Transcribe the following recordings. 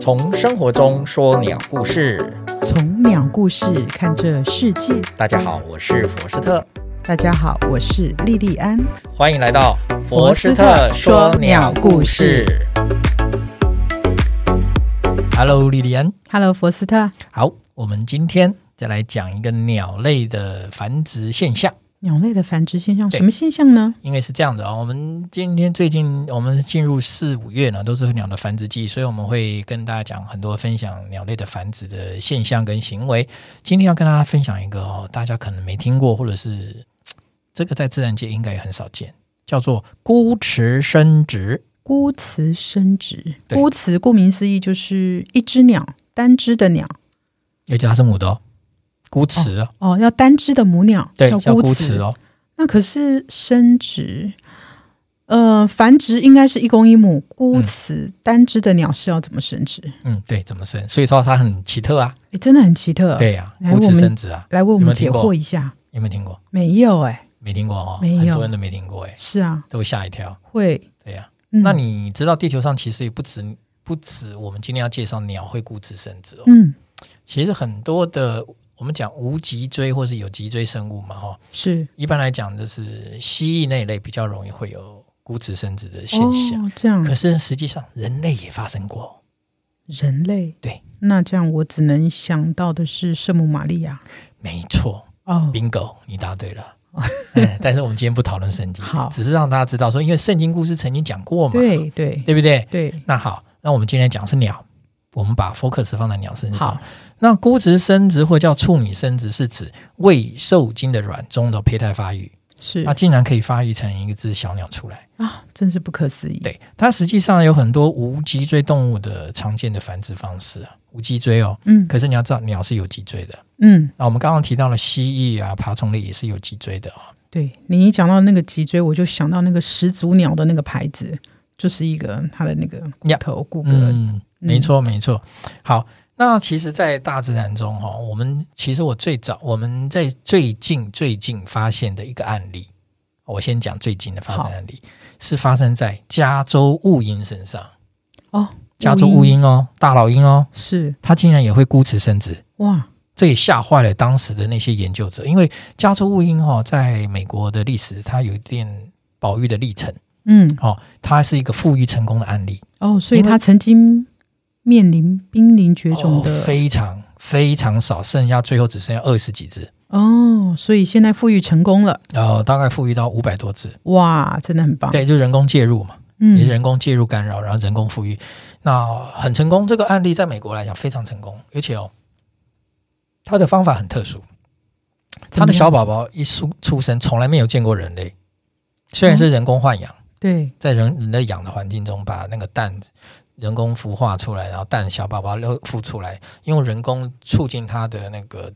从生活中说鸟故事。从鸟故事看这世界。大家好，我是佛斯特，大家好，我是莉莉安。欢迎来到佛斯特说鸟故事。 Hello，莉莉安， Hello，佛斯特。好，我们今天再来讲一个鸟类的繁殖现象。鸟类的繁殖现象，对什么现象呢？因为是这样的啊、我们今天最近我们进入四五月呢，都是鸟的繁殖季，所以我们会跟大家讲很多分享鸟类的繁殖的现象跟行为。今天要跟大家分享一个哦，大家可能没听过，或者是嘖这个在自然界应该也很少见，叫做孤齿生殖。孤雌生殖。对孤雌顾名思义就是一只鸟，单只的鸟。而且它是母的哦，孤齿哦，哦，要单只的母鸟对，叫叫孤雌齿。哦，那可是生殖，呃，繁殖应该是一公一母。孤雌、单只的鸟是要怎么生殖？嗯，对，怎么生？所以说它很奇特啊，诶，真的很奇特。，对呀、来孤呃我齿们生殖啊，来为我有没有们解听过惑一下。有没有听过？没有诶，没听过哦，没有很多人都没听过，哎，是啊，都会吓一跳，会。对啊呀、嗯、那你知道地球上其实也不止不止我们今天要介绍鸟会固执生殖哦，嗯其实很多的我们讲无脊椎或是有脊椎生物嘛哈，是一般来讲就是蜥蜴那一类比较容易会有固执生殖的现象。哦，这样可是实际上，人类也发生过。人类对，那这样我只能想到的是圣母玛利亚没错哦， ，bingo，你答对 了。哎但是我们今天不讨论圣经，好只是让大家知道说，因为圣经故事曾经讲过嘛，对对对不对？对，那好，那我们今天讲是鸟，我们把 focus 放在鸟身上好。那估值生殖或叫处女生殖，是指未受精的卵中的胚胎发育，是它竟然可以发育成一只小鸟出来。啊，真是不可思议。对，它实际上有很多无脊椎动物的常见的繁殖方式啊，无脊椎哦。嗯可是你要知道，鸟是有脊椎的。嗯，那我们刚刚提到了蜥蜴啊，爬虫类也是有脊椎的啊、对你一讲到那个脊椎，我就想到那个始祖鸟的那个牌子，就是一个它的那个骨呀头骨骼。嗯，没错，没错。好，那其实，在大自然中，哈，我们其实我最早我们在最近最近发现的一个案例，我先讲最近的发生案例，是发生在加州雾鹰身上。哦，加州雾鹰哦，大老鹰哦，是它竟然也会孤雌生殖，哇，这也吓坏了当时的那些研究者，因为加州雾鹰哈、哦，在美国的历史，它有一点保育的历程嗯哦，它是一个富裕成功的案例。哦，所以因为它曾经面临濒临绝种哦、的非常非常少，剩下最后只剩下二十几只，哦，所以现在富裕成功了，然后大概富裕到五百多只。哇，真的很哦棒。对，就人工介入嘛，也是嗯，人工介入干扰，然后人工富裕，那很成功。这个案例在美国来讲非常成功，而且哦，它的方法很特殊，它怎么的小样宝宝一出出生从来没有见过人类，虽嗯然是人工豢养，对，在人人类养的环境中把那个蛋。人工孵化出来，然后蛋小宝宝又孵出来，用人工促进它的那个，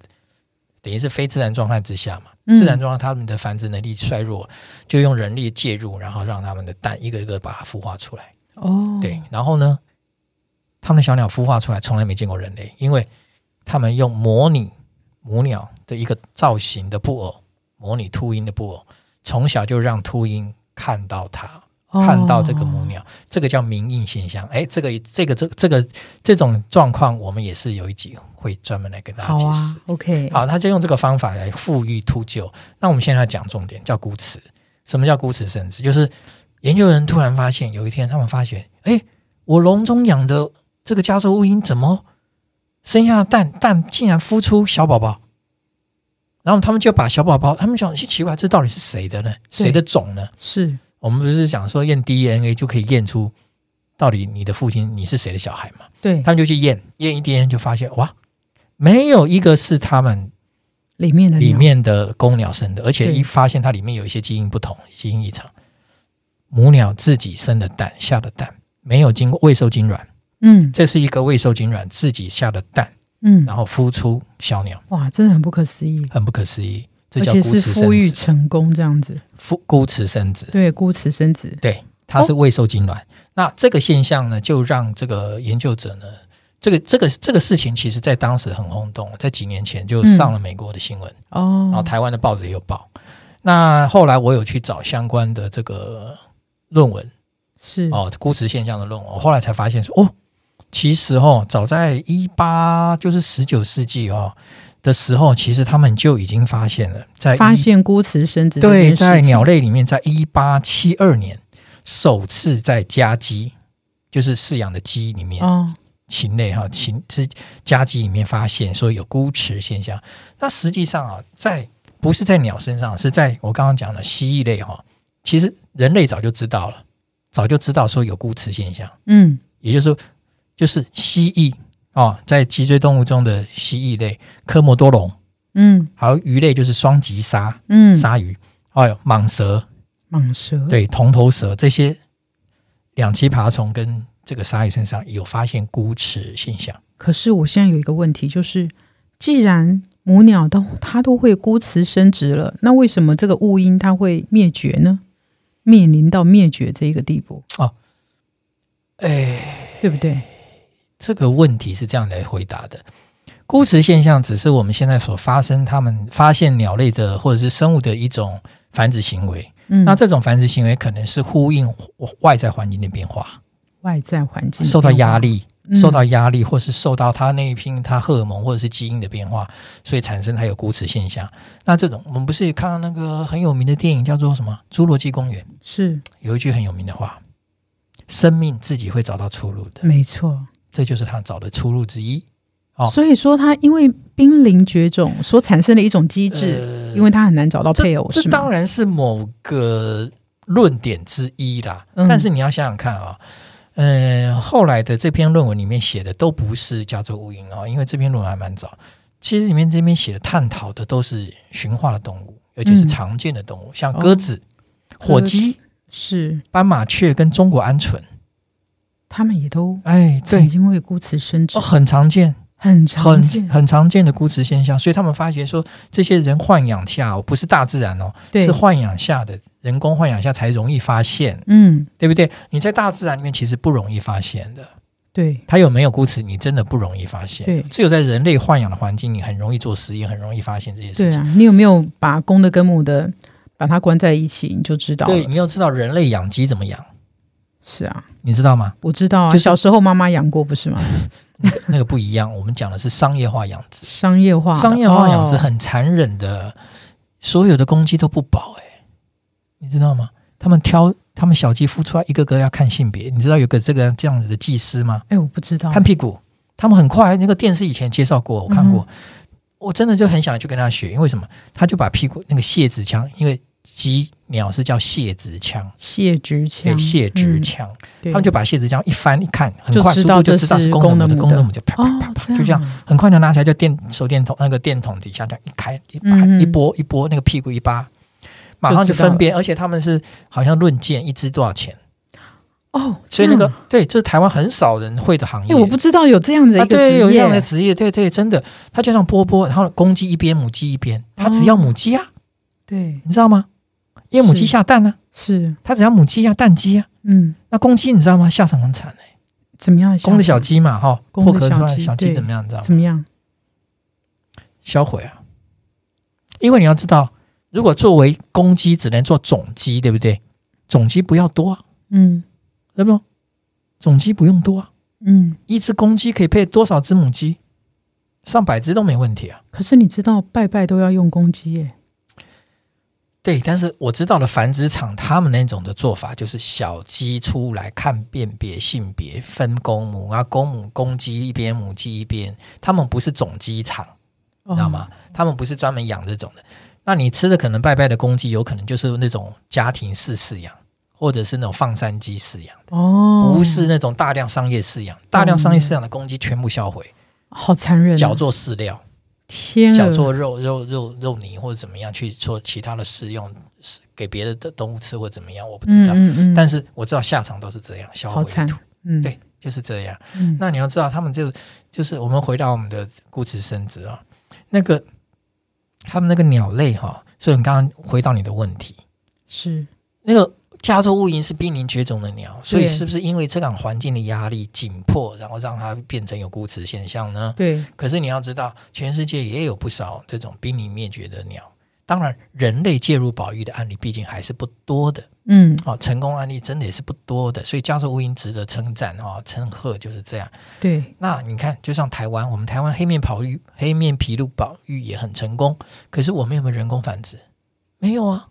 等于是非自然状态之下嘛，嗯自然状态它们的繁殖能力衰弱，就用人力介入，然后让它们的蛋一个一个把它孵化出来。哦，对，然后呢，它们的小鸟孵化出来从来没见过人类，因为它们用模拟母鸟的一个造型的布偶，模拟秃鹰的布偶，从小就让秃鹰看到它。哦，看到这个母鸟，这个叫明印现象。哎，这个这个这这个这种状况，我们也是有一集会专门来跟大家好解啊释。 ，OK，好，他就用这个方法来富裕秃鹫。那我们现在要讲重点，叫孤雌。什么叫孤雌生殖？就是研究人突然发现，有一天他们发觉，哎，我笼中养的这个加州乌鹰怎么生下的蛋蛋竟然孵出小宝宝？然后他们就把小宝宝，他们想，奇怪，这到底是谁的呢？谁的种呢？是我们不是讲说验 DNA 就可以验出到底你的父亲你是谁的小孩嘛？对，他们就去验，验一 DNA 就发现哇，没有一个是他们里面的里鸟面的公鸟生的，而且对一发现它里面有一些基因不同、基因异常，母鸟自己生的蛋下的蛋没有经过未受精卵，嗯这是一个未受精卵自己下的蛋，嗯，然后孵出小鸟，哇，真的很不可思议，很不可思议，这而叫且孤是雌孵生育殖，成功这样子，孵孤雌生殖。对，孤雌生子，对，它哦是未受精卵。那这个现象呢，就让这个研究者呢，这个这个这个事情，其实在当时很轰动，在几年前就上了美国的新闻，然后哦，台湾的报纸也有报。那后来我有去找相关的这个论文是嗯哦，估值现象的论文，我后来才发现说，哦，其实哦，早在一八就是十九世纪哦的时候，其实他们就已经发现了，在发一现孤雌生殖这件对，事在情鸟类里面，在一八七二年首次在家鸡，就是饲养的鸡里面，哦，禽类哈禽之家鸡里面发现说有孤雌现象。那实际上啊，在不是在鸟身上，是在我刚刚讲的蜥蜴类哈，其实人类早就知道了，早就知道说有孤雌现象，嗯也就是说，就是蜥蜴哦，在脊椎动物中的蜥蜴类科摩多龙，嗯还有鱼类就是双棘鲨、嗯，鲨鱼，还有蟒蛇。蟒蛇，对，铜头蛇这些两栖爬虫跟这个鲨鱼身上有发现孤齿现象。可是我现在有一个问题，就是既然母鸟都它都会孤雌生殖了，那为什么这个雾鹰它会灭绝呢？面临到灭绝这一个地步，哎，对不对？这个问题是这样来回答的：孤齿现象只是我们现在所发生，他们发现鸟类的或者是生物的一种繁殖行为。嗯，那这种繁殖行为可能是呼应外在环境的变化，外在环境受到压力。嗯受到压力，或是受到它那一拼它荷尔蒙或者是基因的变化，所以产生它有骨齿现象。那这种我们不是也看到那个很有名的电影叫做什么《侏罗纪公园》，是有一句很有名的话：“生命自己会找到出路的。没错。”这就是它找的出路之一。哦所以说，它因为濒临绝种所产生的一种机制，呃因为它很难找到配偶，这哦是当吗？然是某个论点之一啦。嗯但是你要想想看啊、嗯、后来的这篇论文里面写的都不是加州乌蝇啊，因为这篇论文还蛮早。其实里面这边写的探讨的都是驯化的动物，而且是嗯常见的动物，像哦鸽子、火鸡、是，斑马雀跟中国鹌鹑。他们也都哎，曾对，经为孤雌生殖哦，，很常见。很常很见。很常见的孤雌现象，所以他们发觉说，这些人豢养下哦不是大自然哦，对是豢养下的人工豢养下才容易发现，嗯，对不对？你在大自然里面其实不容易发现的，对，它有没有孤雌，你真的不容易发现。对只有在人类豢养的环境，你很容易做实验，很容易发现这些事对情。啊，你有没有把公的跟母的把它关在一起，你就知道对了。你要知道人类养鸡怎么养，是啊，你知道吗？我知道啊，就是小时候妈妈养过，不是吗？那个那个不一样，我们讲的是商业化养殖，商业化 了，商业化养殖哦很残忍的，所有的公鸡都不保、欸，你知道吗？他们挑他们小鸡孵出来，一个个要看性别。你知道有个这个这样子的技师吗？哎，我不知道看，屁股，他们很快。那个电视以前介绍过，我看嗯过，我真的就很想去跟他学，因为为什么？他就把屁股那个蟹子枪，因为鸡鸟是叫蟹子枪，蟹殖腔对，，蟹子嗯枪，对他们就把蟹子枪一翻一看，很就快知速道度就这知道是是公公的母的的，母公的的母就啪啪啪哦啪，就这样。啊很快就拿起来，就电手电筒那个电筒底下这样一开一拔、嗯哼一拨一拨，那个屁股一扒，马上就分辨，而且他们是好像论剑一只多少钱，哦，所以那这样个对，这是台湾很少人会的行业。哎，我不知道有这样的一啊，个对，有职这样的业，职业，对对，真的，他就像波波，然后公鸡一边，母鸡一边，他只要母鸡啊，对，你知道吗？因为母鸡是下蛋啊，是，他只要母鸡啊，蛋鸡啊，嗯，那公鸡你知道吗？下场很惨、欸、怎么样？公的小鸡嘛，哈，公破的壳出小来，鸡小鸡对怎么样？你知道吗怎？么样？销毁啊。因为你要知道，如果作为公鸡，只能做种鸡，对不对？种鸡不要多啊，嗯对不？种鸡不用多啊，嗯。一只公鸡可以配多少只母鸡？上百只都没问题啊。可是你知道拜拜都要用公鸡耶？对，但是我知道的繁殖场他们那种的做法，就是小鸡出来看辨别性别，分公母啊，公母公鸡一边，母鸡一边，他们不是种鸡场。哦知道吗？？他们不是专门养这种的。那你吃的可能拜拜的公鸡，有可能就是那种家庭式饲养，或者是那种放山鸡饲养，哦，不是那种大量商业饲养。大量商业饲养的公鸡全部销毁，好残忍、啊，绞做饲料，天啊绞鹅，做肉肉肉肉泥或者怎么样去做其他的食用，是给别的的动物吃或怎么样，我不知嗯道。嗯嗯，但是我知道下场都是这样，销好毁惨土，嗯，对就是这样。嗯，那你要知道，他们就就是我们回到我们的固执生殖啊，那个他们那个鸟类哈、所以你刚刚回到你的问题，是那个加州雾蝇是濒临绝种的鸟，所以对是不是因为这种环境的压力紧迫，然后让它变成有固执现象呢？对，可是你要知道，全世界也有不少这种濒临灭绝的鸟，当然，人类介入保育的案例毕竟还是不多的，嗯哦，成功案例真的也是不多的，所以加州乌蝇值得称赞哦，称贺就是这样。对，那你看，就像台湾，我们台湾黑面保育、黑面琵鹭保育也很成功，可是我们有没有人工繁殖？没有啊，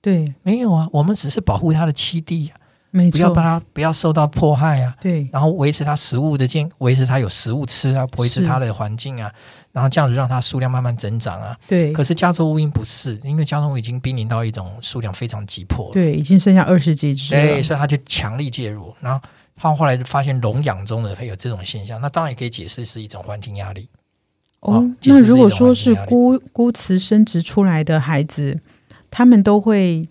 对，没有啊，我们只是保护它的栖地、啊，没不要错把，它不要受到迫害啊。对，然后维持它食物的健，维持它有食物吃啊，维持是它的环境啊，然后这样子让它数量慢慢增长啊。对，可是加州乌蝇不是，因为加州乌蝇已经濒临到一种数量非常急迫了，对，啊已经剩下二十几只对，了，所以他就强力介入。然后他后来就发现笼养中的会有这种现象，那当然也可以解释是一种环境压力。哦哦，其实那是如一果种说环是境压力孤孤雌生殖出来的孩子，他们都会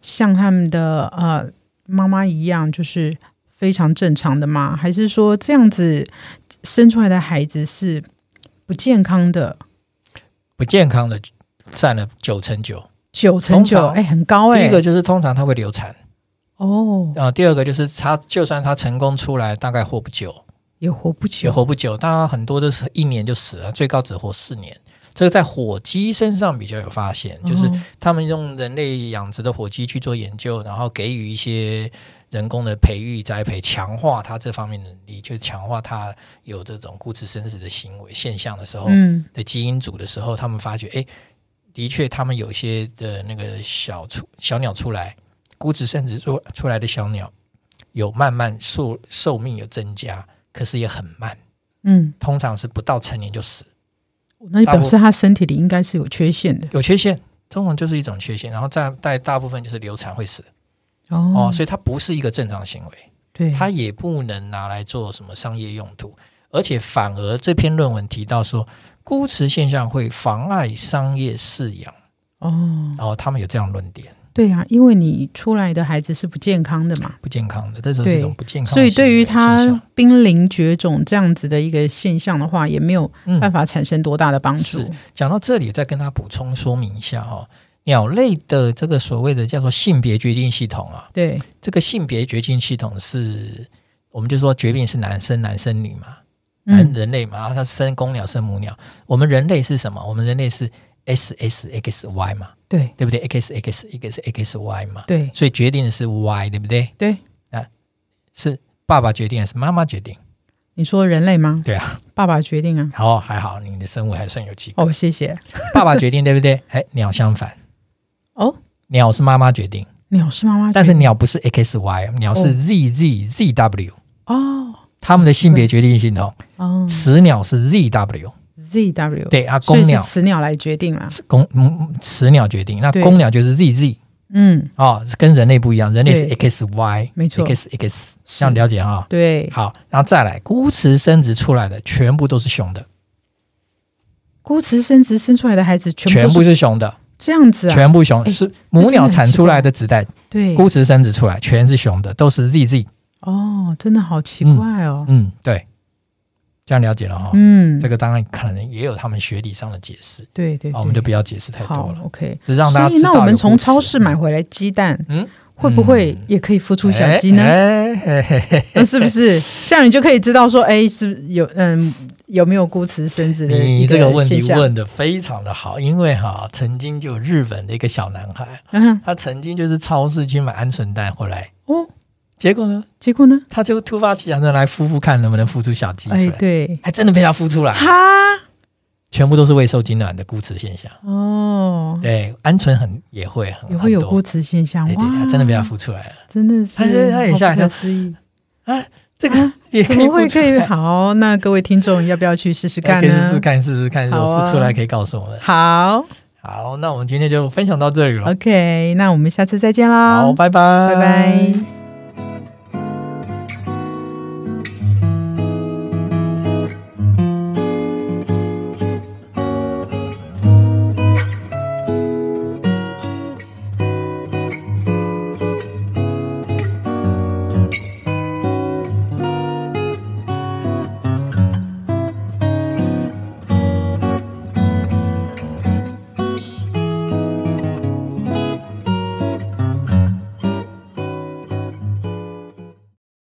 像他们的呃妈妈一样，就是非常正常的吗？还是说这样子生出来的孩子是不健康的？不健康的占了九成九。九成通九，常哎、很高哎、第一个就是通常它会流产，哦，然后第二个就是它就算它成功出来，大概活不久，也活不也久，活不久。当然很多都是一年就死了，最高只活四年。这个在火鸡身上比较有发现，就是哦他们用人类养殖的火鸡去做研究，然后给予一些人工的培育、栽培，强化它这方面的能力，就强化它有这种固执生死的行为现象的时候嗯，的基因组的时候，他们发觉，哎，的确，他们有一些的那个小出小鸟出来，固执生殖出出来的小鸟，有慢慢寿寿命有增加，可是也很慢，嗯，通常是不到成年就死。那就大部表示他身体里应该是有缺陷的有缺陷，通常就是一种缺陷，然后再带大部分就是流产会死哦哦，所以它不是一个正常行为，对，它也不能拿来做什么商业用途，而且反而这篇论文提到说，孤雌现象会妨碍商业饲养，哦，然后他们有这样论点，对啊，因为你出来的孩子是不健康的嘛，不健康的，这就是一种对不健康的所行以为现象。对于他濒临绝种这样子的一个现象的话，也没有办嗯，法产生多大的帮助。是讲到这里，再跟他补充说明一下哦，鸟类的这个所谓的叫做性别决定系统啊，对，这个性别决定系统是，我们就说决定是男生男生女嘛，男嗯，人类嘛，然后它生公鸟生母鸟。我们人类是什么？我们人类是 S S X Y 嘛，对，对不对？X X X X Y 嘛，对，所以决定的是 Y，对不对？对，啊，是爸爸决定还是妈妈决定？你说人类吗？对啊，爸爸决定啊。好，还好你的生物还算有机会。哦，谢谢。爸爸 决定，对不对？哎，鸟相反，哦，鸟是妈妈决定，鸟是妈妈决定，但是鸟不是 X Y，鸟是 Z Z Z W，哦，它们的性别决定系统。哦雌鸟是 ZW， ，ZW，，对啊，所以公是鸟雌鸟来决定啦。公嗯雌鸟决定，那对公鸟就是 ZZ 嗯，哦，跟人类不一样，人类是 XY，没错 XX，这样了解哈。对，好，然后再来，孤雌生殖出来的全部都是雄的，孤雌生殖生出来的孩子全全部部都是是雄的，这样子啊。全部雄哎是母鸟产出来的子代，对，孤雌生殖出来全是雄的，都是 ZZ。哦，真的好奇嗯怪哦。嗯，对，这样了解了哈。嗯，这个当然可能也有他们学理上的解释，对对，啊，我们就对不要解释太好多了， OK。只让大家所以知道那有我们从孤雌超市买回来鸡蛋，嗯。会不会嗯也可以孵出小鸡呢？哎哎嘿嘿那是不 是这样你就可以知道说，哎，是不是有嗯有没有孤雌生殖的你 一这个问现题象？问的非常的好，因为哈，曾经就有日本的一个小男孩，嗯他曾经就是超市去买鹌鹑蛋回来，哦，结果呢，结果呢？他就突发奇想的来孵孵看能不能孵出小鸡出来，哎，对，还真的被他孵出来，哈全部都是未受精卵的固雌现象。哦，对，鹌鹑很也会很也会有很多孤雌现象对对，哇对，真的被他孵出来了，真的是，他就他也吓一好跳不可思议，这个也可啊怎以么会孵出可以？ 来，哎好，那各位听众要不要去试试看可以试试呢？看，试试看，如好果啊孵出来可以告诉我们。好好，那我们今天就分享到这里了。 ，OK，那我们下次再见喽，好，拜拜，拜拜